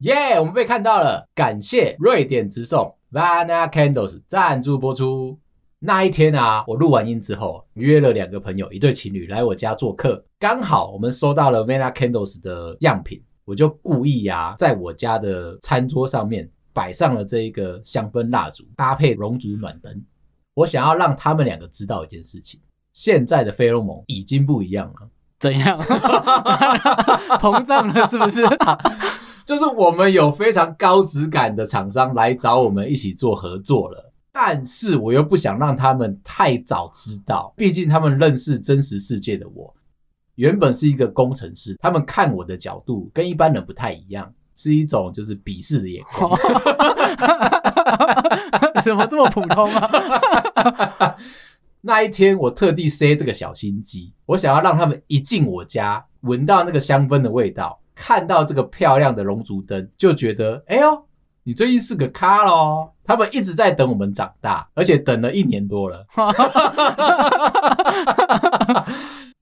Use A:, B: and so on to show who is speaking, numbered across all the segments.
A: 耶、我们被看到了，感谢瑞典直送 Vana Candles 赞助播出。那一天啊，我录完音之后，约了两个朋友，一对情侣来我家做客，刚好我们收到了 Vana Candles 的样品，我就故意啊，在我家的餐桌上面摆上了这一个香氛蜡烛，搭配熔烛暖灯。我想要让他们两个知道一件事情：现在的菲洛蒙已经不一样了。
B: 怎样？ 膨胀了是不 是？
A: 就是我们有非常高质感的厂商来找我们一起做合作了，但是我又不想让他们太早知道，毕竟他们认识真实世界的我。原本是一个工程师，他们看我的角度跟一般人不太一样，是一种就是鄙视的眼光。
B: 怎么这么普通啊？
A: 那一天我特地塞这个小心机，我想要让他们一进我家，闻到那个香氛的味道，看到这个漂亮的熔烛灯，就觉得哎呦，你最近是个咖喽。他们一直在等我们长大，而且等了一年多了。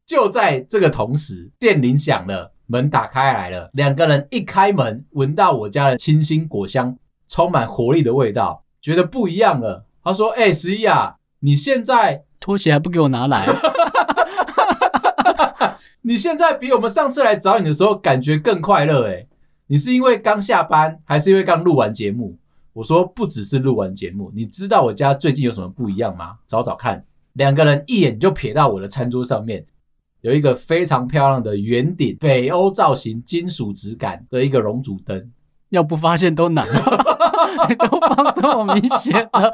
A: 就在这个同时，电铃响了，门打开来了，两个人一开门，闻到我家的清新果香，充满活力的味道，觉得不一样了。他说：“哎、十一啊，你现在
B: 拖鞋还不给我拿来？
A: 你现在比我们上次来找你的时候感觉更快乐诶，你是因为刚下班，还是因为刚录完节目？我说不只是录完节目，你知道我家最近有什么不一样吗？找找看。两个人一眼就瞥到我的餐桌上面有一个非常漂亮的圆顶北欧造型金属质感的一个熔烛灯，
B: 要不发现都难。 你都放这么明显了，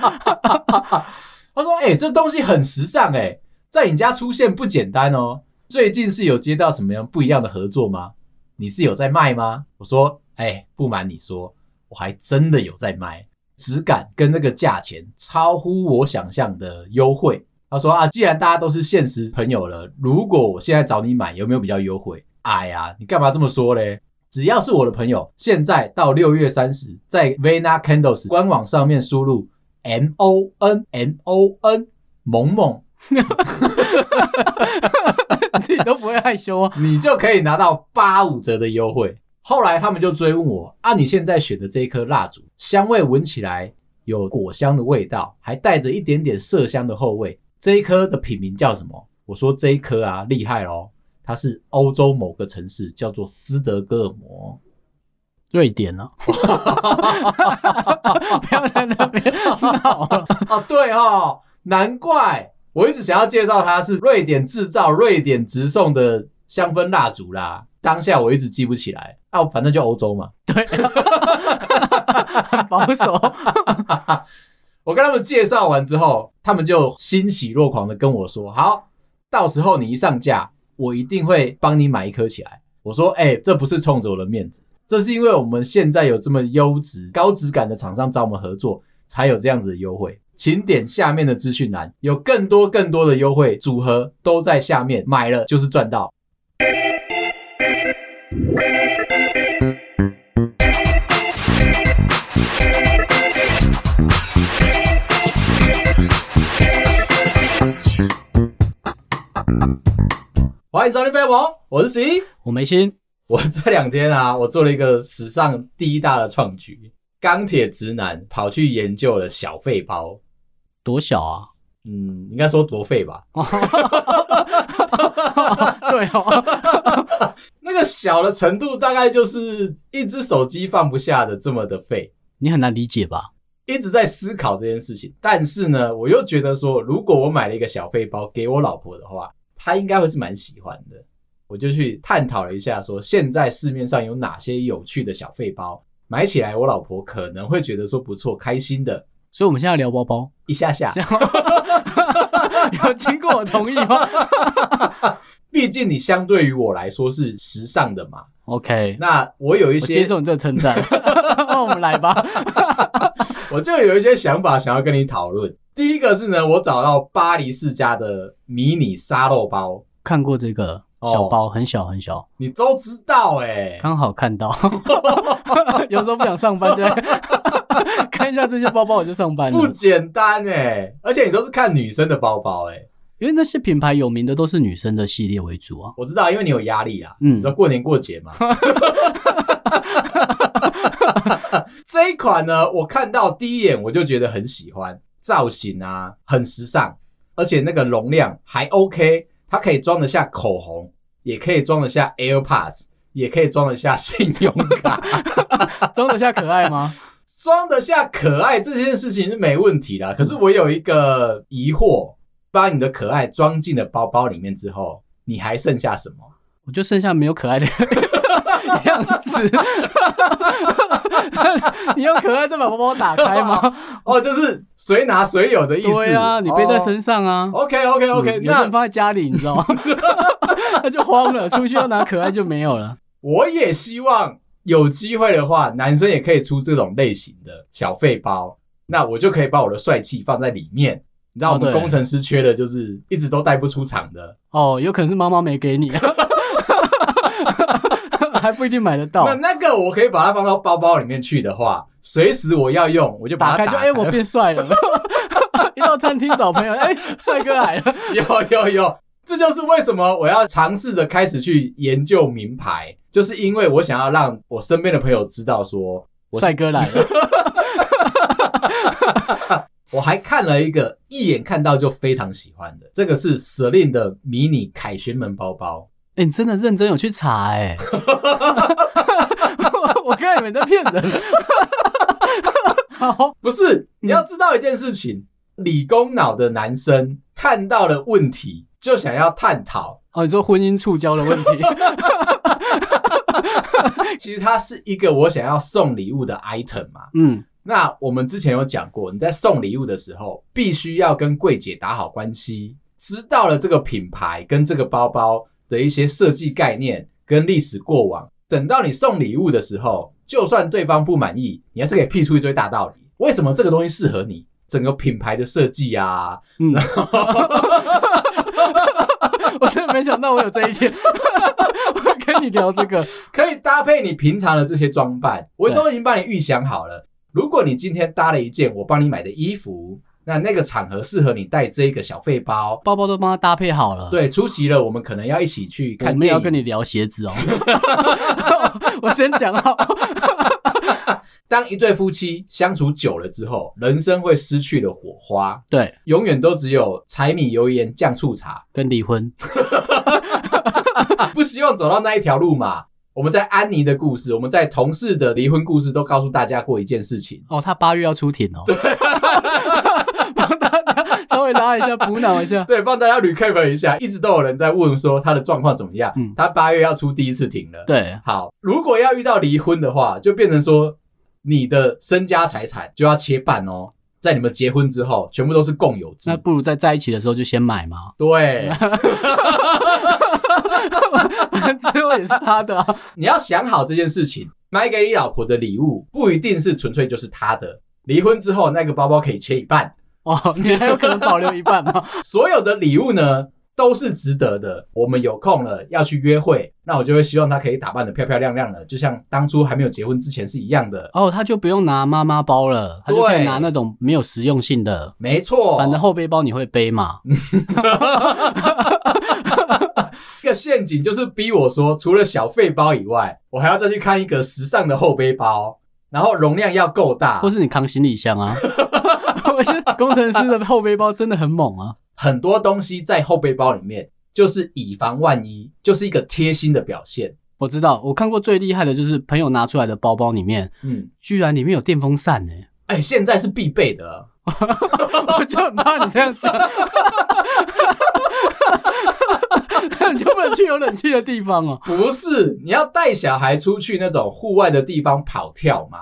A: 他说：“哎、这东西很时尚哎、在你家出现不简单哦。最近是有接到什么样不一样的合作吗？你是有在卖吗？”我说：“哎、不瞒你说，我还真的有在卖，质感跟那个价钱超乎我想象的优惠。”他说：“啊，既然大家都是现实朋友了，如果我现在找你买，有没有比较优惠？”哎呀，你干嘛这么说嘞？只要是我的朋友，现在到六月三十，在 Vena Candles 官网上面输入 M O N M O N 萌萌，
B: 自己都不会害羞啊。
A: 你就可以拿到八五折的优惠。后来他们就追问我：啊，你现在选的这一颗蜡烛，香味闻起来有果香的味道，还带着一点点麝香的后味，这一颗的品名叫什么？我说这一颗啊，厉害咯，它是欧洲某个城市叫做斯德哥尔摩。
B: 瑞典 呢、啊？不要在那边闹了。
A: 哦，对哦，难怪我一直想要介绍它是瑞典制造、瑞典直送的香氛蜡烛啦。当下我一直记不起来，啊，反正就欧洲嘛。
B: 对，啊很保守。
A: 我跟他们介绍完之后，他们就欣喜若狂的跟我说：“好，到时候你一上架，我一定会帮你买一颗起来。”我说：“哎、这不是冲着我的面子，这是因为我们现在有这么优质、高质感的厂商找我们合作，才有这样子的优惠。请点下面的资讯栏，有更多更多的优惠组合都在下面，买了就是赚到。”欢迎收听飞鹏，哦我是十一。
B: 我没心，
A: 我这两天啊，我做了一个史上第一大的创举，钢铁直男跑去研究了小肺包。
B: 多小啊？
A: 嗯，应该说多肺吧。
B: 对哦，
A: 那个小的程度大概就是一只手机放不下的这么的肺。
B: 你很难理解吧？
A: 一直在思考这件事情，但是呢，我又觉得说，如果我买了一个小肺包给我老婆的话，她应该会是蛮喜欢的。我就去探讨了一下说现在市面上有哪些有趣的小肺包，买起来我老婆可能会觉得说不错，开心的。
B: 所以我们现在聊包包，
A: 一下下，
B: 有经过我同意吗
A: 毕竟你相对于我来说是时尚的嘛。
B: ？OK，
A: 那我有一
B: 我
A: 些
B: 接受你这个称 赞。那我们来吧。
A: 我就有一些想法想要跟你讨论。第一个是呢，我找到巴黎世家的迷你沙漏包，
B: 看过这个
A: 哦
B: 小包，很小很小，
A: 你都知道哎、
B: 刚好看 到。有时候不想上班就会 看一下这些包包，我就上班
A: 不
B: 了。
A: 简单哎、而且你都是看女生的包包哎、
B: 因为那些品牌有名的都是女生的系列为主啊。
A: 我知道，因为你有压力啦，
B: 嗯
A: 你知道过年过节嘛，这一款呢，我看到第一眼我就觉得很喜欢，造型啊很时尚，而且那个容量还 OK，它可以装得下口红，也可以装得下 AirPods，也可以装得下信用卡，
B: 装得下可爱吗？
A: 装得下可爱这件事情是没问题啦。可是我有一个疑惑，把你的可爱装进了包包里面之后，你还剩下什么？
B: 我就剩下没有可爱的 样子。 你用可爱再把包包打开 吗？
A: 哦，就是随拿随有的意思。
B: 对啊，你背在身
A: 哦
B: 上啊。
A: OK OK OK，、
B: 嗯有些
A: 那
B: 人放在家里，你知道吗？ 他就慌了，出去要拿可爱就没有了。
A: 我也希望有机会的话，男生也可以出这种类型的小费包，那我就可以把我的帅气放在里面。你知道
B: 哦
A: 我们
B: 对
A: 工程师缺的就是一直都带不出场的，
B: 哦，有可能是妈妈没给你， 还不一定买得到
A: 那。那个我可以把它放到包包里面去的话，随时我要用我就把
B: 打
A: 它
B: 开就哎、我变帅了。 一到餐厅找朋友，哎、帅哥来了。
A: 有有有，这就是为什么我要尝试着开始去研究名牌，就是因为我想要让我身边的朋友知道说，我
B: 帅哥来了，
A: 我还看了一个一眼看到就非常喜欢的，这个是 Celine 的迷你凯旋门包包。
B: 哎、你真的认真有去查哎、 我我看你们在骗人。好，
A: 不是，嗯你要知道一件事情，理工脑的男生看到了问题就想要探讨，
B: 哦，你说婚姻触礁的问题，
A: 其实它是一个我想要送礼物的 item 啊嘛。
B: 嗯，
A: 那我们之前有讲过，你在送礼物的时候，必须要跟柜姐打好关系，知道了这个品牌跟这个包包的一些设计概念跟历史过往。等到你送礼物的时候，就算对方不满意，你还是可以辟出一堆大道理，为什么这个东西适合你？整个品牌的设计啊，
B: 嗯， 我真的没想到我有这一天， 我跟你聊这个，
A: 可以搭配你平常的这些装扮，我都已经帮你预想好了。如果你今天搭了一件我帮你买的衣服，那那个场合适合你带这个小费包，
B: 包包都帮他搭配好了。，
A: 对，出席了，我们可能要一起去
B: 我
A: 看
B: 们也
A: 电
B: 要
A: 影。
B: 跟你聊鞋子哦。 我先讲哦好，
A: 当一对夫妻相处久了之后，人生会失去了火花，
B: 对，
A: 永远都只有柴米油盐酱醋茶
B: 跟离婚，
A: 啊！不希望走到那一条路嘛。我们在安妮的故事，我们在同事的离婚故事，都告诉大家过一件事情：
B: 哦，他八月要出庭哦，帮大家稍微拉一下，补脑一下。
A: 对，帮大家 recap 一下，一直都有人在问说他的状况怎么样。
B: 嗯
A: 他八月要出第一次庭了。
B: 对，
A: 好，如果要遇到离婚的话，就变成说你的身家财产就要切半哦，在你们结婚之后，全部都是共有制
B: 那。不如在在一起的时候就先买 嘛，
A: 对，
B: 最后也是他的、啊。
A: 你要想好这件事情，买给你老婆的礼物不一定是纯粹就是她的。离婚之后，那个包包可以切一半，
B: 哦，你还有可能保留一半吗？
A: 所有的礼物呢都是值得的。我们有空了要去约会，那我就会希望她可以打扮的漂漂亮亮的，就像当初还没有结婚之前是一样的。
B: 哦，他就不用拿妈妈包了，他就可以
A: 对
B: 拿那种没有实用性的，
A: 没错，
B: 反正后背包你会背嘛。
A: 一个陷阱就是逼我说，除了小费包以外，我还要再去看一个时尚的后背包，然后容量要够大，
B: 或是你扛行李箱啊。 我觉得工程师的后背包真的很猛啊！
A: 很多东西在后背包里面，就是以防万一，就是一个贴心的表现。
B: 我知道，我看过最厉害的就是朋友拿出来的包包里面，
A: 嗯，
B: 居然里面有电风扇呢、
A: 哎、现在是必备的。
B: 我就很怕你这样讲， 你就不能去有冷气的地方哦。
A: 不是，你要带小孩出去那种户外的地方跑跳嘛，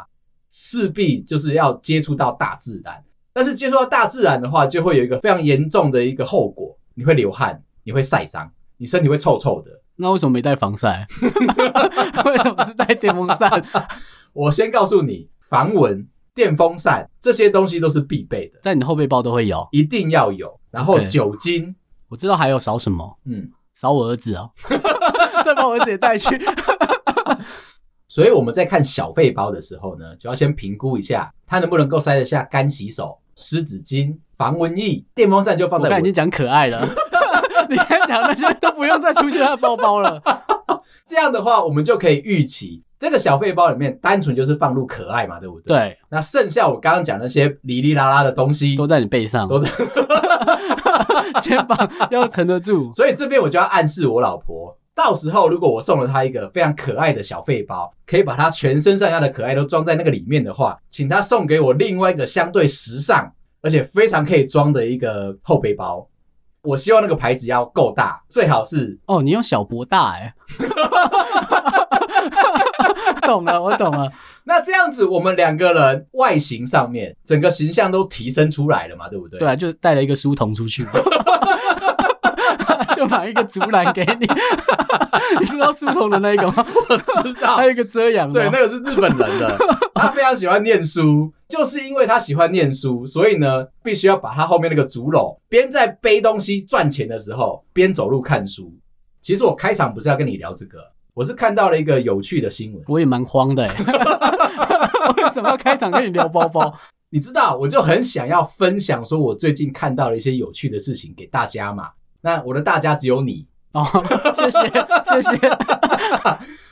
A: 势必就是要接触到大自然。但是接触到大自然的话，就会有一个非常严重的一个后果，你会流汗，你会晒伤，你身体会臭臭的。
B: 那为什么没带防晒？ 为什么是带电风扇？
A: 我先告诉你，防蚊、电风扇这些东西都是必备的，
B: 在你的后背包都会有。
A: 一定要有。然后
B: OK
A: 酒精，
B: 我知道还有少什么，
A: 嗯，
B: 少我儿子哦， 再把我儿子也带去。
A: 所以我们在看小费包的时候呢，就要先评估一下它能不能够塞得下干洗手、湿纸巾、防蚊液、电风扇，就放
B: 我
A: 在
B: 刚
A: 我
B: 才已经讲可爱了，你刚才讲那些都不用再出现他的包包了。
A: 这样的话，我们就可以预期这个小费包里面单纯就是放入可爱嘛，对不对？对。
B: 对，
A: 那剩下我刚刚讲那些哩哩啦啦的东西，
B: 都在你背上，
A: 都在
B: 肩膀要沉得住。
A: 所以这边我就要暗示我老婆，到时候如果我送了她一个非常可爱的小费包，可以把她全身上下的可爱都装在那个里面的话，请她送给我另外一个相对时尚而且非常可以装的一个后背包。我希望那个牌子要够大，最好是
B: 哦，你用小博大哎、 懂了，我懂了。
A: 那这样子，我们两个人外形上面整个形象都提升出来了嘛，对不对？
B: 对啊，就带了一个书童出去， 就买一个竹篮给你。 你知道书童的那一个吗？
A: 知道
B: 还。有一个遮阳的
A: 对，
B: 吗，
A: 那个是日本人的，他非常喜欢念书，就是因为他喜欢念书，所以呢，必须要把他后面那个竹篓边在背东西赚钱的时候，边走路看书。其实我开场不是要跟你聊这个，我是看到了一个有趣的新闻。
B: 我也蛮慌的哎、 为什么要开场跟你聊包包？
A: 你知道，我就很想要分享，说我最近看到了一些有趣的事情给大家嘛。那我的大家只有你。
B: 哦，谢谢谢谢。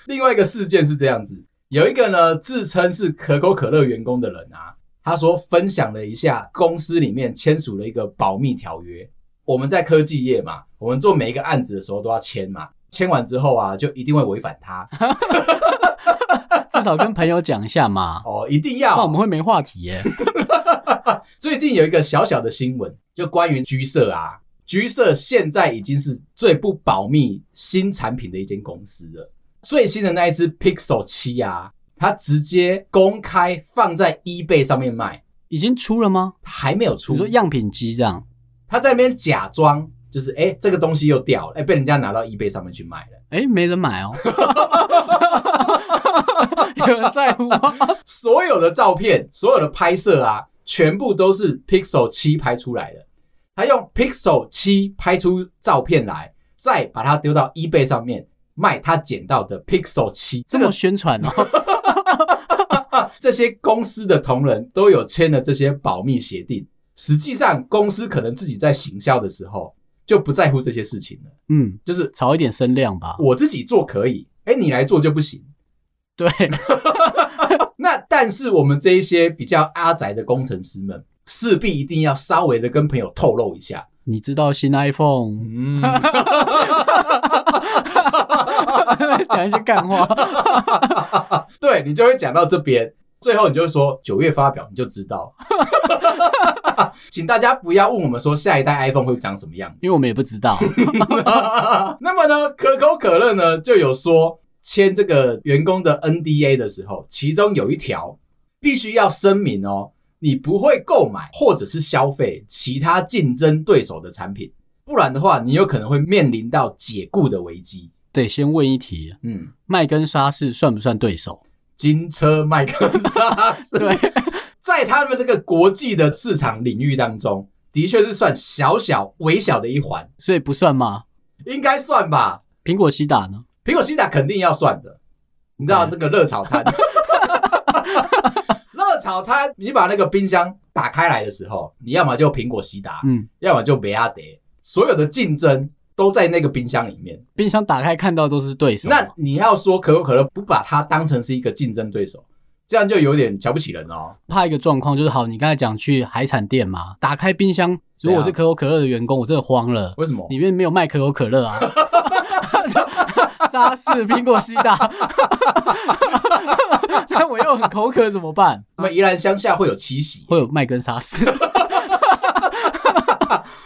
A: 另外一个事件是这样子，有一个呢自称是可口可乐员工的人啊，他说分享了一下公司里面签署了一个保密条约。我们在科技业嘛，我们做每一个案子的时候都要签嘛，签完之后啊，就一定会违反它
B: 至少跟朋友讲一下嘛，
A: 哦，一定
B: 不然
A: 要
B: 我。们会没话题耶、
A: 最近有一个小小的新闻，就关于居社啊，居社现在已经是最不保密新产品的一间公司了。最新的那一只 Pixel 七啊，它直接公开放在 eBay 上面卖，
B: 已经出了吗？
A: 它还没有出
B: 你。说样品机这样？
A: 他在那边假装就是哎、诶这个东西又掉了，哎、被人家拿到 eBay 上面去卖了，
B: 哎、没人 买哦。有人在乎吗？
A: 所有的照片、所有的拍摄啊，全部都是 Pixel 七拍出来的。他用 Pixel 七拍出照片来，再把它丢到 eBay 上面卖他捡到的 Pixel 七。这
B: 这么
A: 个
B: 宣传哦，
A: 这些公司的同仁都有签了这些保密协定，实际上公司可能自己在行销的时候就不在乎这些事情了，
B: 嗯，
A: 就是
B: 炒一点声量吧。
A: 我自己做可以，哎、你来做就不行。
B: 对，
A: 那但是我们这一些比较阿宅的工程师们，势必一定要稍微的跟朋友透露一下。
B: 你知道新 iPhone
A: 嗯，
B: 讲一些干话，
A: 对你就会讲到这边，最后你就会说九月发表，你就知道。 请大家不要问我们说下一代 iPhone 会长什么样子。
B: 因为我们也不知道。
A: 那么呢，可口可乐呢就有说签这个员工的 NDA 的时候，其中有一条必须要声明哦，你不会购买或者是消费其他竞争对手的产品，不然的话，你有可能会面临到解雇的危机。
B: 对，先问一题，
A: 嗯，
B: 麦根沙士算不算对手？
A: 金车麦克萨斯，
B: 对，
A: 在他们这个国际的市场领域当中，的确是算小小微小的一环，
B: 所以不算吗？
A: 应该算吧。
B: 苹果西打呢？
A: 苹果西打肯定要算的，你知道
B: 嗯
A: 那个热炒摊，热炒摊，你把那个冰箱打开来的时候，你要么就苹果西打，
B: 嗯，
A: 要么就梅阿德，所有的竞争都在那个冰箱里面。
B: 冰箱打开看到都是对手嘛。
A: 那你要说可口可乐不把它当成是一个竞争对手，这样就有点瞧不起人哦。
B: 怕一个状况就是，好，你刚才讲去海产店嘛，打开冰箱，如果我是可口可乐的员工，我真的慌了，
A: 为什么？
B: 里面没有卖可口可乐啊， 沙士、苹果西 打，那我又很口渴怎么办？
A: 那么宜兰乡下会有七喜，
B: 会有麦根沙士，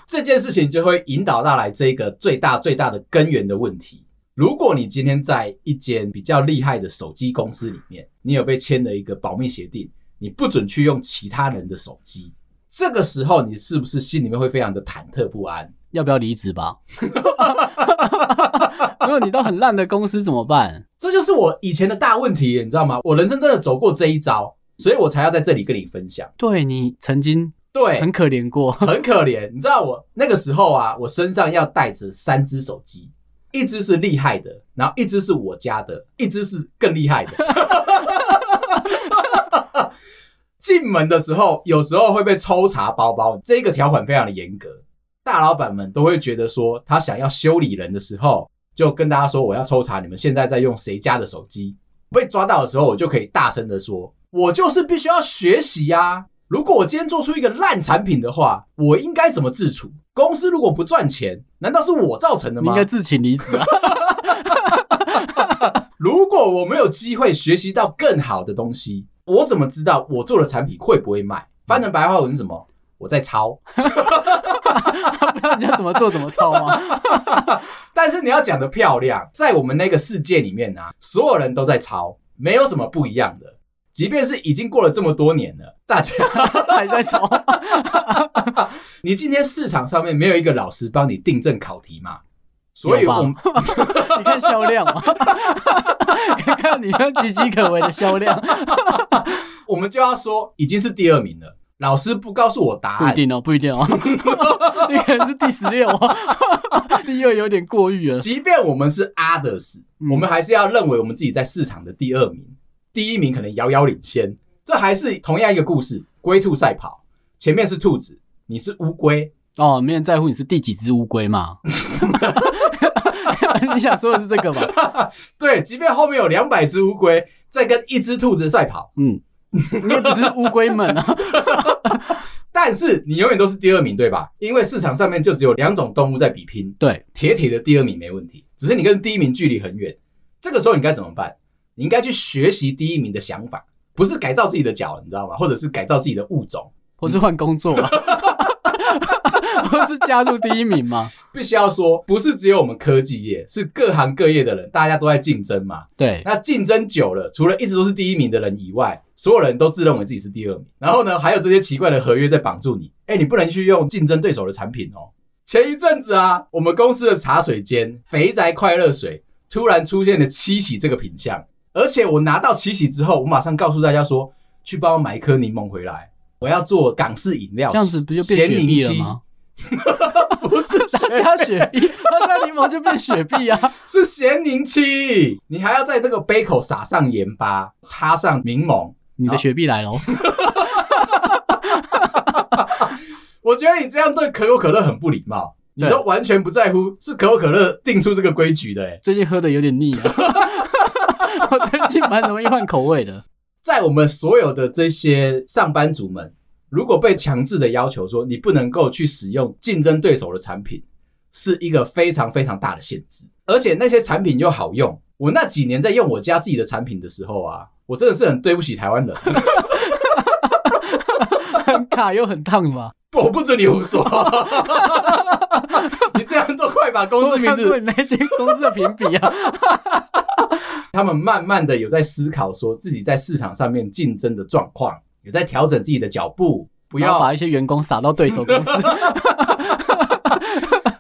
A: 这件事情就会引导到来这个最大最大的根源的问题。如果你今天在一间比较厉害的手机公司里面，你有被签了一个保密协定，你不准去用其他人的手机，这个时候你是不是心里面会非常的忐忑不安？
B: 要不要离职吧？ 如果你到很烂的公司怎么办？
A: 这就是我以前的大问题，你知道吗？我人生真的走过这一招，所以我才要在这里跟你分享。
B: 对你曾经
A: 对，
B: 很可怜过，
A: 很可怜。你知道我那个时候啊，我身上要带着三只手机，一只是厉害的，然后一只是我家的，一只是更厉害的。 进门的时候，有时候会被抽查包包，这个条款非常的严格。大老板们都会觉得说，他想要修理人的时候，就跟大家说我要抽查你们现在在用谁家的手机。被抓到的时候，我就可以大声的说，我就是必须要学习呀、如果我今天做出一个烂产品的话，我应该怎么自处？公司如果不赚钱，难道是我造成的
B: 你应
A: 吗
B: 该？自请离职啊！
A: 如果我没有机会学习到更好的东西，我怎么知道我做的产品会不会卖？翻成白话文是什么？我在抄。
B: 不知道人家怎么做怎么抄吗？
A: 但是你要讲的漂亮，在我们那个世界里面啊，所有人都在抄，没有什么不一样的。即便是已经过了这么多年了，大家，
B: 还在抄？
A: 你今天市场上面没有一个老师帮你订正考题嘛？所以
B: 有吧
A: 我们
B: 你看销量嘛， 看你看岌岌可危的销量，
A: 我们就要说已经是第二名了。老师不告诉我答
B: 不一
A: 案，
B: 定哦，不一定哦，你可能是第十六哦， 第二有点过誉 了。
A: 即便我们是 others，、
B: 嗯
A: 我们还是要认为我们自己在市场的第二名，第一名可能遥遥领先。这还是同样一个故事，龟兔赛跑，前面是兔子，你是乌龟，
B: 哦，没人在乎你是第几只乌龟嘛？ 你想说的是这个吧？
A: 对，即便后面有两百只乌龟在跟一只兔子赛跑，
B: 嗯，你也只是乌龟们啊。
A: 但是你永远都是第二名，对吧？因为市场上面就只有两种动物在比拼，
B: 对，
A: 铁铁的第二名没问题，只是你跟第一名距离很远。这个时候你该怎么办？你应该去学习第一名的想法，不是改造自己的脚，你知道吗？或者是改造自己的物种，
B: 我是换工作啊， 我是加入第一名嘛？
A: 必须要说，不是只有我们科技业，是各行各业的人，大家都在竞争嘛。
B: 对，
A: 那竞争久了，除了一直都是第一名的人以外，所有人都自认为自己是第二名。然后呢，还有这些奇怪的合约在绑住你，哎、你不能去用竞争对手的产品哦。前一阵子啊，我们公司的茶水间肥宅快乐水突然出现了七喜这个品相，而且我拿到七喜之后，我马上告诉大家说，去帮我买一颗柠檬回来，我要做港式饮料，
B: 这样子不就变
A: 咸
B: 雪
A: 柠
B: 碧了
A: 七？
B: 吗？
A: 不是雪
B: 加雪碧，加柠檬就变雪碧啊！
A: 是咸柠七，你还要在这个杯口撒上盐巴，插上柠檬。
B: 你的雪碧来喽。
A: 我觉得你这样对可口可乐很不礼貌，你
B: 对
A: 都完全不在乎是可口可乐定出这个规矩的、欸。
B: 最近喝的有点腻啊，我最近蛮容易换口味的。
A: 在我们所有的这些上班族们，如果被强制的要求说你不能够去使用竞争对手的产品，是一个非常非常大的限制。而且那些产品又好用，我那几年在用我家自己的产品的时候啊，我真的是很对不起台湾人，
B: 很卡又很烫 嘛。
A: 我不准你胡 说，你这样都快把公司
B: 我
A: 名
B: 看
A: 字
B: 过你那间公司的评比啊，
A: 他们慢慢的有在思考，说自己在市场上面竞争的状况，有在调整自己的脚步，不
B: 不要
A: 要。
B: 把一些员工撒到对手 公司。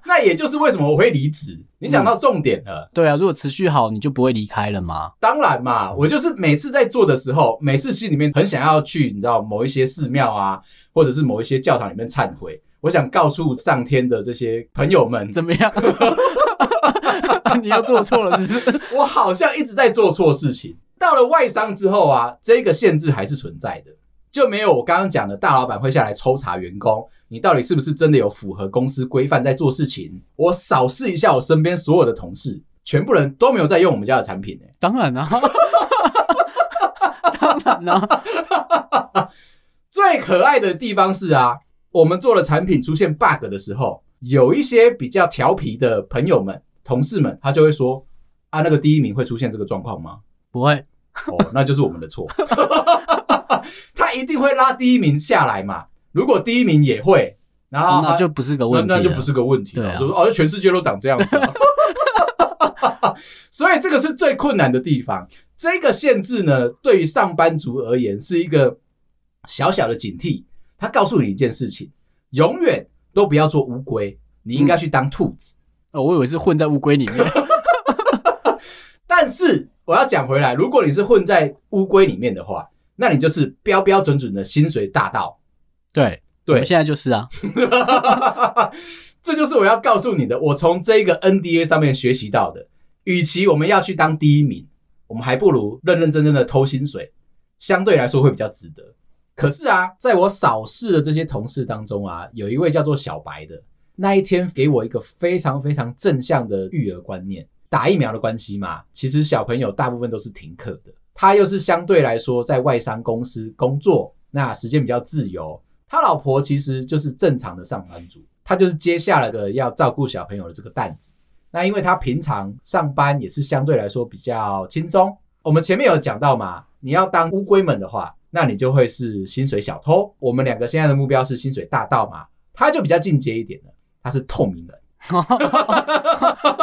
A: 那也就是为什么我会离职。你讲到重点了，
B: 对啊，如果持续好，你就不会离开了嘛。
A: 当然
B: 嗯
A: 嘛，我就是每次在做的时候，每次心里面很想要去，你知道某一些寺庙啊，或者是某一些教堂里面忏悔，我想告诉上天的这些朋友们，
B: 怎么样？ 你又做错了，是不是？
A: 我好像一直在做错事情。到了外商之后啊，这个限制还是存在的，就没有我刚刚讲的大老板会下来抽查员工，你到底是不是真的有符合公司规范在做事情。我扫视一下我身边所有的同事，全部人都没有在用我们家的产品、欸，
B: 当然啊，当然啊，
A: 最可爱的地方是啊，我们做的产品出现 bug 的时候，有一些比较调皮的朋友们、同事们，他就会说：“啊，那个第一名会出现这个状况吗？”
B: 不会。
A: 哦，那就是我们的错。他一定会拉第一名下来嘛？如果第一名也会，然后他
B: 哦那就不是个
A: 那
B: 问题
A: 啊那
B: 了，
A: 就不是个问题了。
B: 对啊
A: 就说哦，全世界都长这样子、啊。 所以这个是最困难的地方。这个限制呢，对于上班族而言是一个小小的警惕。他告诉你一件事情：永远都不要做乌龟，你
B: 嗯
A: 应该去当兔子。
B: 哦。我以为是混在乌龟里 面，
A: 但是我要讲回来，如果你是混在乌龟里面的话，那你就是标标准准的薪水大盗。
B: 对
A: 对
B: 我现在就是啊，
A: 这就是我要告诉你的，我从这个 NDA 上面学习到的。与其我们要去当第一名，我们还不如认认真真的偷薪水，相对来说会比较值得。可是啊，在我扫视的这些同事当中啊，有一位叫做小白的，那一天给我一个非常非常正向的育儿观念。打疫苗的关系嘛，其实小朋友大部分都是停课的。他又是相对来说在外商公司工作，那时间比较自由。他老婆其实就是正常的上班族，他就是接下来的要照顾小朋友的这个担子。那因为他平常上班也是相对来说比较轻松。我们前面有讲到嘛，你要当乌龟们的话，那你就会是薪水小偷。我们两个现在的目标是薪水大盗嘛，他就比较进阶一点了，他是透明人。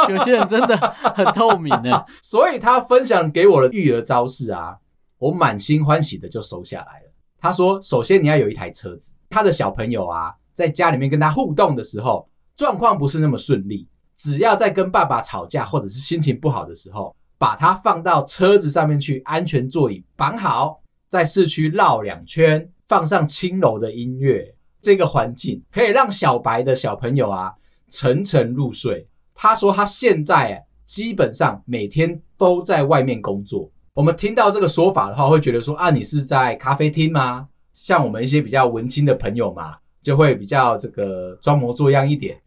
B: 有些人真的很透明 的，
A: 所以他分享给我的育儿招式啊，我满心欢喜的就收下来了。他说，首先你要有一台车子，他的小朋友啊，在家里面跟他互动的时候，状况不是那么顺利，只要在跟爸爸吵架或者是心情不好的时候，把他放到车子上面去，安全座椅绑好，在市区绕两圈，放上轻柔的音乐，这个环境可以让小白的小朋友啊沉沉入睡。他说他现在啊基本上每天都在外面工作。我们听到这个说法的话，会觉得说啊，你是在咖啡厅吗？像我们一些比较文青的朋友嘛，就会比较这个装模作样一点。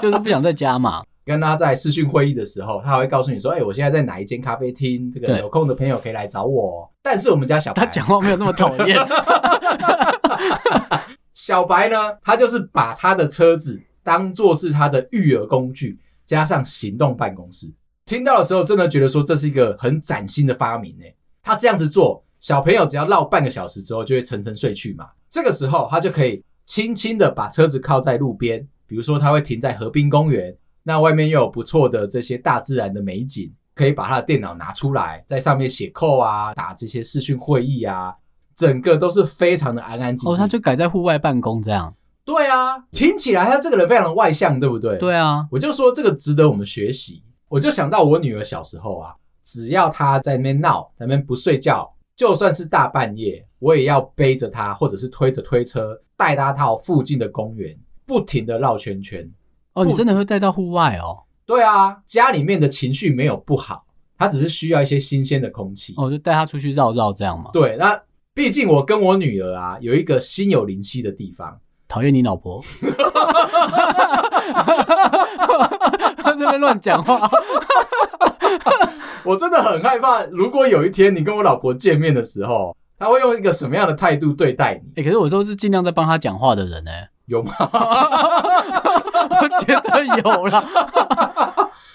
B: 就是不想在家嘛。
A: 跟他在视讯会议的时候，他还会告诉你说：“哎、我现在在哪一间咖啡厅？这个
B: 对
A: 有空的朋友可以来找我哦。”但是我们家小白
B: 他讲话没有那么讨厌，
A: 哎小白呢，他就是把他的车子当做是他的育儿工具，加上行动办公室。听到的时候，真的觉得说这是一个很崭新的发明呢。欸他这样子做，小朋友只要绕半个小时之后就会沉沉睡去嘛。这个时候，他就可以轻轻的把车子靠在路边，比如说他会停在河滨公园，那外面又有不错的这些大自然的美景，可以把他的电脑拿出来，在上面写扣啊，打这些视讯会议啊，整个都是非常的安安静静。
B: 哦，他就改在户外办公这样。
A: 对啊，听起来他这个人非常的外向，对不对？，
B: 对啊，
A: 我就说这个值得我们学习。我就想到我女儿小时候啊，只要她在那边闹，在那边不睡觉，就算是大半夜，我也要背着她，或者是推着推车，带她到附近的公园，不停的绕圈圈。
B: 哦，你真的会带到户外哦，
A: 对啊，家里面的情绪没有不好，她只是需要一些新鲜的空气。
B: 哦，就带他出去绕绕这样嘛。
A: 对，那毕竟我跟我女儿啊，有一个心有灵犀的地方。
B: 讨厌你老婆， 他这边乱讲话，
A: 我真的很害怕，如果有一天你跟我老婆见面的时候，她会用一个什么样的态度对待你？
B: 哎、可是我都是尽量在帮他讲话的人哎、
A: 有吗？
B: 我觉得有啦，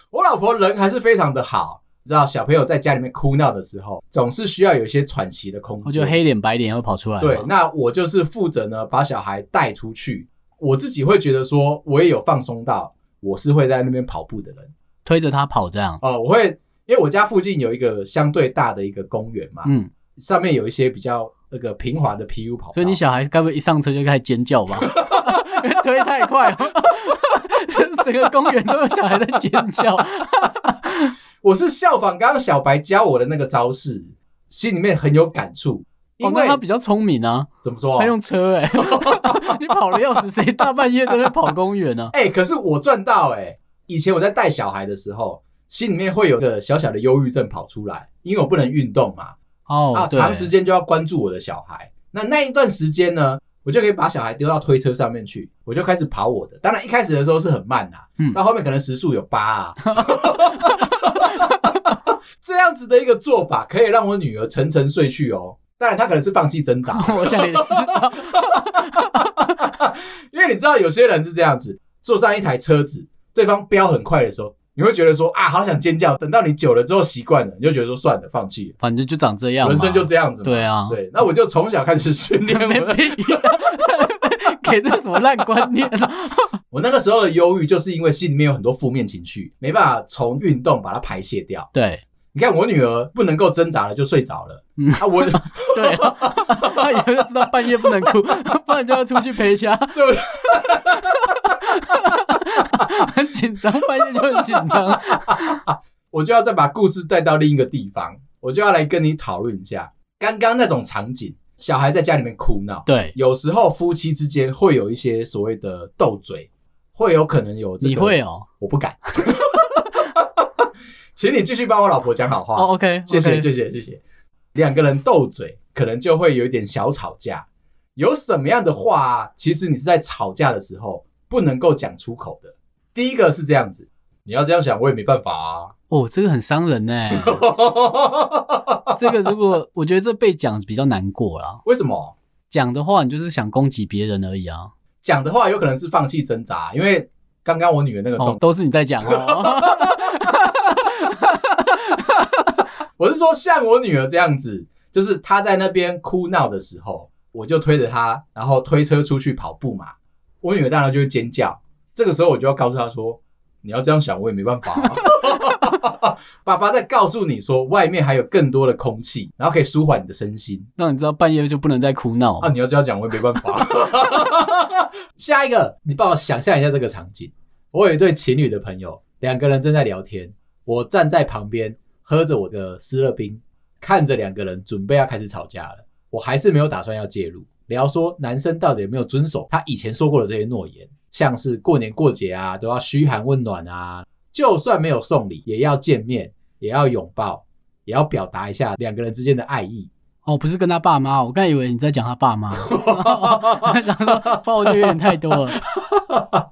A: 我老婆人还是非常的好，你知道小朋友在家里面哭闹的时候，总是需要有一些喘息的空
B: 我觉
A: 间。
B: 得黑脸白脸啊会跑出来嘛。
A: 对，那我就是负责呢，把小孩带出去。我自己会觉得说，我也有放松到，我是会在那边跑步的人。
B: 推着他跑这样，
A: 哦、我会，因为我家附近有一个相对大的一个公园嘛，
B: 嗯，
A: 上面有一些比较那个平滑的 PU 跑道。
B: 所以你小孩该不会一上车就开始尖叫吧？ 因为推太快 了，整整个公园都有小孩在尖叫。
A: 我是效仿刚刚小白教我的那个招式，心里面很有感触，因
B: 哦，
A: 为、哦
B: 那他比较聪明啊，
A: 怎么说
B: 他？用车哎、 你跑了要死，谁大半夜都在跑公园啊呢、
A: 哎、可是我赚到哎、以前我在带小孩的时候，心里面会有个小小的忧郁症跑出来，因为我不能运动嘛，
B: 哦，
A: 啊，
B: 对
A: 长时间就要关注我的小孩。那那一段时间呢，我就可以把小孩丢到推车上面去，我就开始跑我的。当然一开始的时候是很慢啦、
B: 嗯
A: 到后面可能时速有八啊。这样子的一个做法可以让我女儿沉沉睡去哦。当然，她可能是放弃挣扎，
B: 我想也是，
A: 因为你知道有些人是这样子，坐上一台车子，对方飙很快的时候，你会觉得说啊，好想尖叫。等到你久了之后习惯了，你就觉得说算了，放弃了，
B: 反正就长这样嘛，
A: 人生就这样子嘛。
B: 对啊，
A: 对，那我就从小开始训练
B: 没
A: 我的。
B: 必要给这什么烂观念啊！
A: 我那个时候的忧郁，就是因为心里面有很多负面情绪，没办法从运动把它排泄掉。
B: 对
A: 你看我女儿不能够挣扎了就睡着了，
B: 嗯
A: 啊，我
B: 对啊，他以后就知道半夜不能哭， 不然就要出去陪家，
A: 对不对？
B: 很紧张，半夜就很紧张。
A: 我就要再把故事带到另一个地方，我就要来跟你讨论一下刚刚那种场景，小孩在家里面哭闹，
B: 对，
A: 有时候夫妻之间会有一些所谓的斗嘴，会有可能有这个。
B: 你会哦，
A: 我不敢。 请你继续帮我老婆讲好话。
B: 哦，OK，
A: 谢谢，谢谢，谢谢。两个人斗嘴，可能就会有一点小吵架。有什么样的话、啊，其实你是在吵架的时候不能够讲出口的。第一个是这样子，你要这样想，我也没办法啊。
B: 哦，这个很伤人呢、这个如果我觉得这被讲比较难过啦，
A: 为什么？
B: 讲的话你就是想攻击别人而已啊。
A: 讲的话有可能是放弃挣扎，因为刚刚我女儿那个状
B: 哦，都是你在讲哦。
A: 我是说，像我女儿这样子，就是她在那边哭闹的时候，我就推着她，然后推车出去跑步嘛。我女儿当然就会尖叫，这个时候我就要告诉她说：“你要这样想，我也没办法、啊。”爸爸在告诉你说，外面还有更多的空气，然后可以舒缓你的身心
B: 让你知道半夜就不能再哭闹
A: 啊！。你要这样讲，我也没办法。下一个，你帮我想象一下这个场景：我有一对情侣的朋友，两个人正在聊天，我站在旁边喝着我的湿热冰，看着两个人准备要开始吵架了，我还是没有打算要介入，聊说男生到底有没有遵守他以前说过的这些诺言，像是过年过节啊都要嘘寒问暖啊，就算没有送礼也要见面，也要拥抱，也要表达一下两个人之间的爱意。
B: 哦，不是跟他爸妈，我刚以为你在讲他爸 妈，我想说暴虐有点太多了。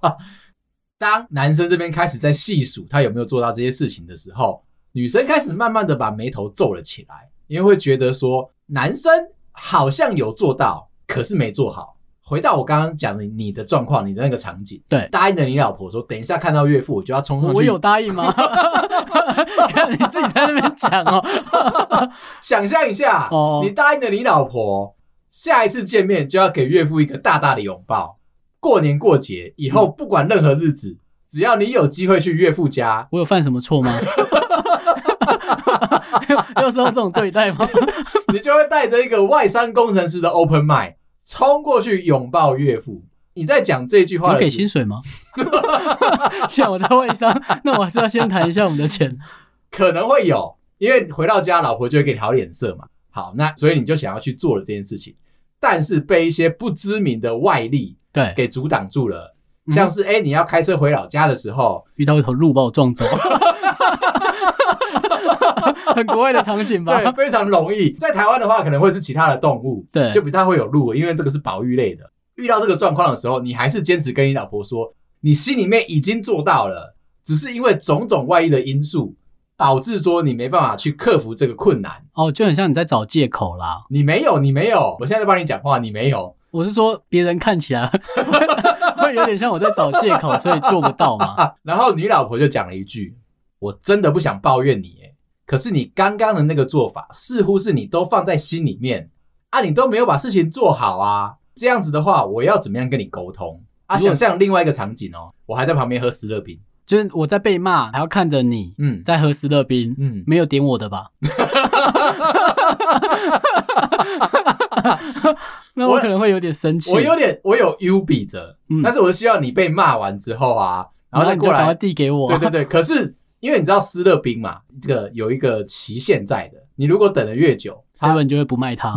A: 当男生这边开始在细数他有没有做到这些事情的时候，女生开始慢慢的把眉头皱了起来，因为会觉得说男生好像有做到，可是没做好。回到我刚刚讲的你的状况，你的那个场景，
B: 对
A: 答应了你老婆说，等一下看到岳父我就要冲上去，
B: 我有答应吗？ 看你自己在那边讲哦。
A: 想象一下，
B: 哦
A: 你答应了你老婆，下一次见面就要给岳父一个大大的拥抱。过年过节以后，不管任何日子，只要你有机会去岳父家，
B: 我有犯什么错吗？ 又受到这种对待吗？
A: 你就会带着一个外商工程师的 open mind 冲过去拥抱岳父。你在讲这句话
B: 有
A: 的
B: 给
A: 时候，
B: 薪水吗？ 既然我在外商，那我还是要先谈一下我们的钱。
A: 可能会有，因为回到家，老婆就会给你好脸色嘛。好，那所以你就想要去做了这件事情，但是被一些不知名的外力
B: 对，
A: 给阻挡住了。
B: 嗯
A: 像是哎、诶你要开车回老家的时候，
B: 遇到一头鹿把我 撞走，很国外的场景吧
A: 对，？ 非常容易。在台湾的话，可能会是其他的动物，
B: 对
A: 就比较会有鹿，因为这个是保育类的。遇到这个状况的时候，你还是坚持跟你老婆说，你心里面已经做到了，只是因为种种外力的因素，导致说你没办法去克服这个困难。
B: 哦，就很像你在找借口啦。
A: 你没有，你没有，我现在在帮你讲话，你没有。
B: 我是说，别人看起来啊 会有点像我在找借口，所以做不到嘛。
A: 啊然后你老婆就讲了一句：“我真的不想抱怨你，诶可是你刚刚的那个做法，似乎是你都放在心里面啊，你都没有把事情做好啊。这样子的话，我要怎么样跟你沟通啊？
B: 如果
A: 想象另外一个场景哦，我还在旁边喝湿热冰，
B: 就是我在被骂，还要看着你
A: 嗯
B: 在喝斯乐冰，
A: 嗯，
B: 没有点我的吧？ 那我可能会有点生气。
A: 我 有点我有 U 比着，
B: 嗯
A: 但是我希望你被骂完之后啊，然后再
B: 你
A: 过
B: 就赶
A: 来
B: 快啊递给我。
A: 对对对，可是因为你知道湿热冰嘛，这个有一个期限在的，你如果等的越久，它
B: ，seven 就会不卖它。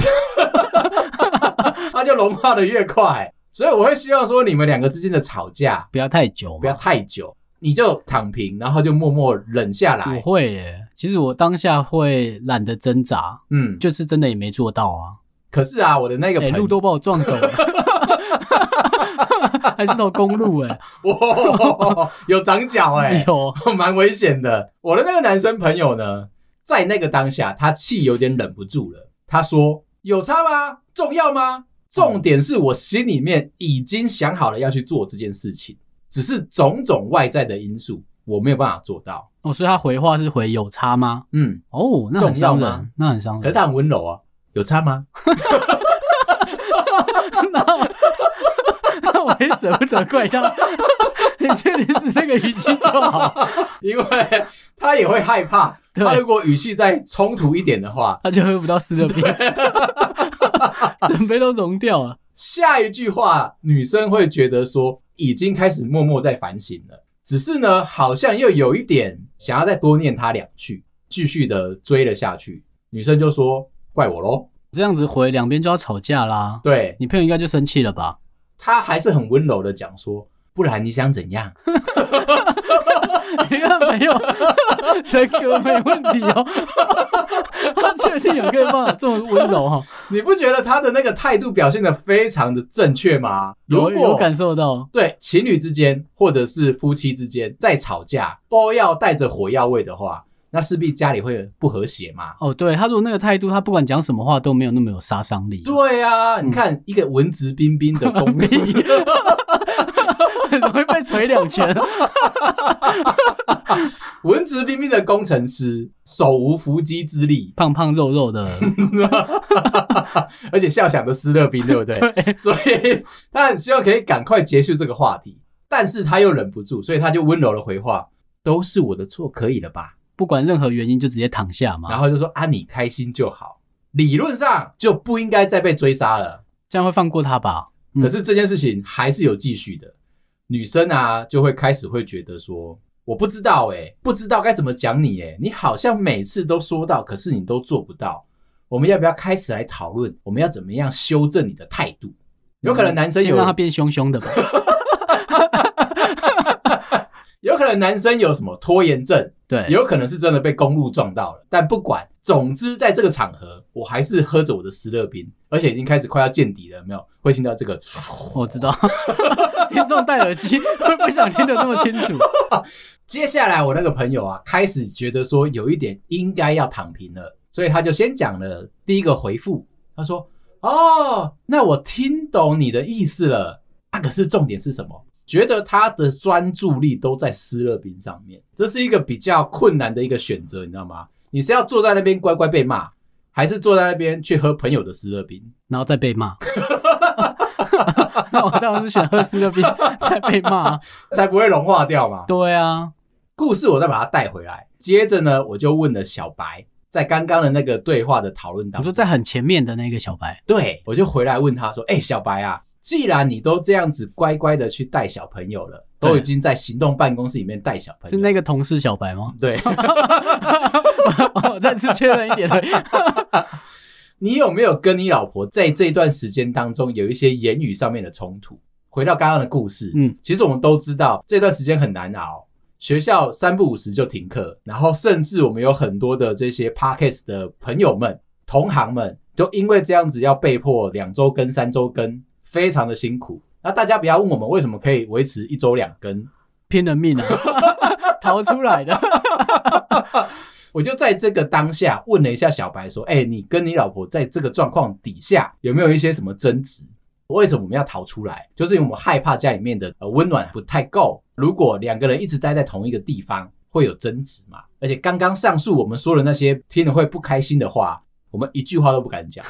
A: 它就融化的越快。所以我会希望说，你们两个之间的吵架
B: 不要太久嘛，
A: 不要太久，你就躺平，然后就默默忍下
B: 我
A: 来。
B: 会耶，其实我当下会懒得挣扎，
A: 嗯，
B: 就是真的也没做到啊。
A: 可是啊，我的那个
B: 哎、
A: 朋
B: 路
A: 友，
B: 都把我撞走了， 还是条公路哎、
A: 哇，有长 脚哎、
B: 有啊
A: 蛮危险的。我的那个男生朋友呢，在那个当下，他气有点忍不住了。他说：“有差吗？重要吗？重点是我心里面已经想好了要去做这件事情，只是种种外在的因素，我没有办法做到。
B: 哦，所以他回话是回有差吗？”
A: 嗯，
B: 哦，那很
A: 重要
B: 伤
A: 吗
B: 人，那很伤
A: 可是
B: 人。
A: 他很温柔啊，有差吗？
B: 那我也舍不得怪他， 你确定是那个语气就好，
A: 因为他也会害怕，
B: 对
A: 他如果语气再冲突一点的话，
B: 他就喝不到四乐冰， 整杯都融掉了。
A: 下一句话女生会觉得说已经开始默默在反省了，只是呢，好像又有一点想要再多念他两句，继续的追了下去。女生就说怪我喽，
B: 这样子回两边就要吵架啦，
A: 对
B: 你朋友应该就生气了吧？
A: 他还是很温柔的讲说，不然你想怎样？
B: 你看没有，人格没问题哦。 他确定有个人办法这么温柔哦，
A: 你不觉得他的那个态度表现的非常的正确吗？如
B: 有
A: 果
B: 有感受到，
A: 对情侣之间或者是夫妻之间在吵架，都要带着火药味的话，那势必家里会不和谐嘛。
B: 哦，对他如果那个态度，他不管讲什么话都没有那么有杀伤力。
A: 对啊呀、你看一个文质彬彬的公
B: 屁
A: 民，
B: 很容易被捶两拳。
A: 文质彬彬的工程师，手无缚鸡之力，
B: 胖胖肉肉的，
A: 而且笑响的斯乐冰，对不对？
B: 对，
A: 所以他很希望可以赶快结束这个话题，但是他又忍不住，所以他就温柔的回话：“都是我的错，可以了吧？”
B: 不管任何原因就直接躺下
A: 然
B: 嘛，
A: 后就说：“啊，你开心就好。”理论上就不应该再被追杀了。
B: 这样会放过他吧？嗯
A: 可是这件事情还是有继续的，女生啊就会开始会觉得说，我不知道哎、不知道该怎么讲你哎、你好像每次都说到，可是你都做不到。我们要不要开始来讨论，我们要怎么样修正你的态度？有可能男生
B: 嗯先
A: 有，
B: 让他变凶凶 的吧？
A: 有可能男生有什么拖延症，也
B: 对，
A: 有可能是真的被公路撞到了。但不管，总之在这个场合，我还是喝着我的斯乐冰，而且已经开始快要见底了，有没有？会听到这个。
B: 我知道， 听众戴耳机会不想听得那么清楚。
A: 接下来我那个朋友啊，开始觉得说有一点应该要躺平了，所以他就先讲了第一个回复，他说：“哦，那我听懂你的意思了。啊，可是重点是什么？觉得他的专注力都在斯乐冰上面，这是一个比较困难的一个选择，你知道吗？你是要坐在那边乖乖被骂，还是坐在那边去喝朋友的斯乐冰？
B: 然后再 被骂。那我当然是选赫斯勒宾，再被骂。啊
A: 才不会融化掉嘛。”
B: 对啊，
A: 故事我再把它带回来。接着呢，我就问了小白，在刚刚的那个对话的讨论当
B: 我
A: 中，
B: 说在很前面的那个小白，
A: 对我就回来问他说：“哎、小白啊，既然你都这样子乖乖的去带小朋友了，
B: 对
A: 都已经在行动办公室里面带小朋友，
B: 是那个同事小白 吗？
A: 对
B: 我再次确认 一点的，
A: 你有没有跟你老婆在这段时间当中有一些言语上面的冲突？”回到刚刚的故事，
B: 嗯，
A: 其实我们都知道这段时间很难熬，学校三不五时就停课，然后甚至我们有很多的这些 podcast 的朋友们、同行们，都因为这样子要被迫两周更、三周更，非常的辛苦。那大家不要问我们为什么可以维持一周两更，
B: 拼了命 啊，逃出来的。
A: 我就在这个当下问了一下小白说：“哎、你跟你老婆在这个状况底下有没有一些什么争执？为什么我们要逃出来？就是因为我们害怕家里面的呃温暖不太够。如果两个人一直待在同一个地方，会有争执嘛？而且刚刚上述我们说的那些听了会不开心的话，我们一句话都不敢讲。”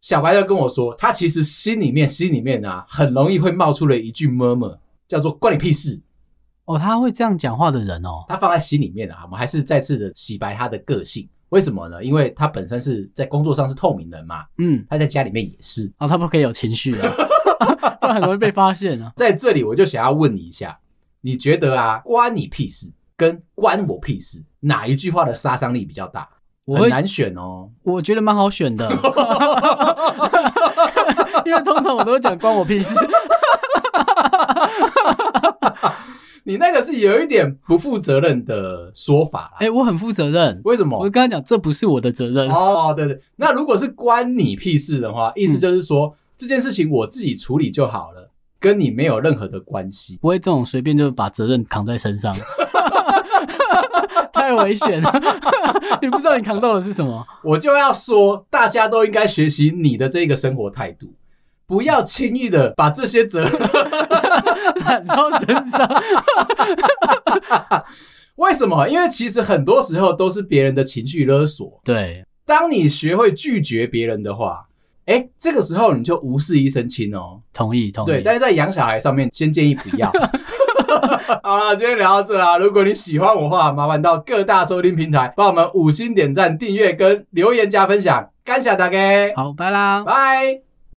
A: 小白就跟我说，他其实心里面心里面啊，很容易会冒出了一句 murmur，叫做“关你屁事”。
B: 哦，他会这样讲话的人哦，
A: 他放在心里面啊，我们还是再次的洗白他的个性。为什么呢？因为他本身是在工作上是透明人嘛，
B: 嗯，
A: 他在家里面也是。
B: 然后他不可以有情绪啊， 不然很容易被发现啊。
A: 在这里，我就想要问你一下，你觉得啊，关你屁事跟关我屁事哪一句话的杀伤力比较大？
B: 我
A: 很
B: 会
A: 难选哦。
B: 我觉得蛮好选的， 因为通常我都会讲关我屁事。
A: 你那个是有一点不负责任的说法啦。
B: 哎、我很负责任，
A: 为什
B: 我
A: 么
B: 跟？他讲这不是我的责任。
A: 哦，对对，那如果是关你屁事的话，意
B: 嗯
A: 思就是说、这件事情我自己处理就好了，跟你没有任何的关系。
B: 不会这种随便就把责任扛在身上， 太危险了。 你不知道你扛到的是什么？
A: 我就要说，大家都应该学习你的这个生活态度，不要轻易的把这些责任。
B: 揽到身上，
A: 为什么？因为其实很多时候都是别人的情绪勒索。
B: 对，
A: 当你学会拒绝别人的话，哎、这个时候你就无事一身轻哦。
B: 同意同意。
A: 对，但是在养小孩上面，先建议不要。 好了，今天聊到这啦。如果你喜欢我的话，麻烦到各大收听平台帮我们五星点赞、订阅跟留言加分享，感谢大家，
B: 好，拜啦。
A: 拜。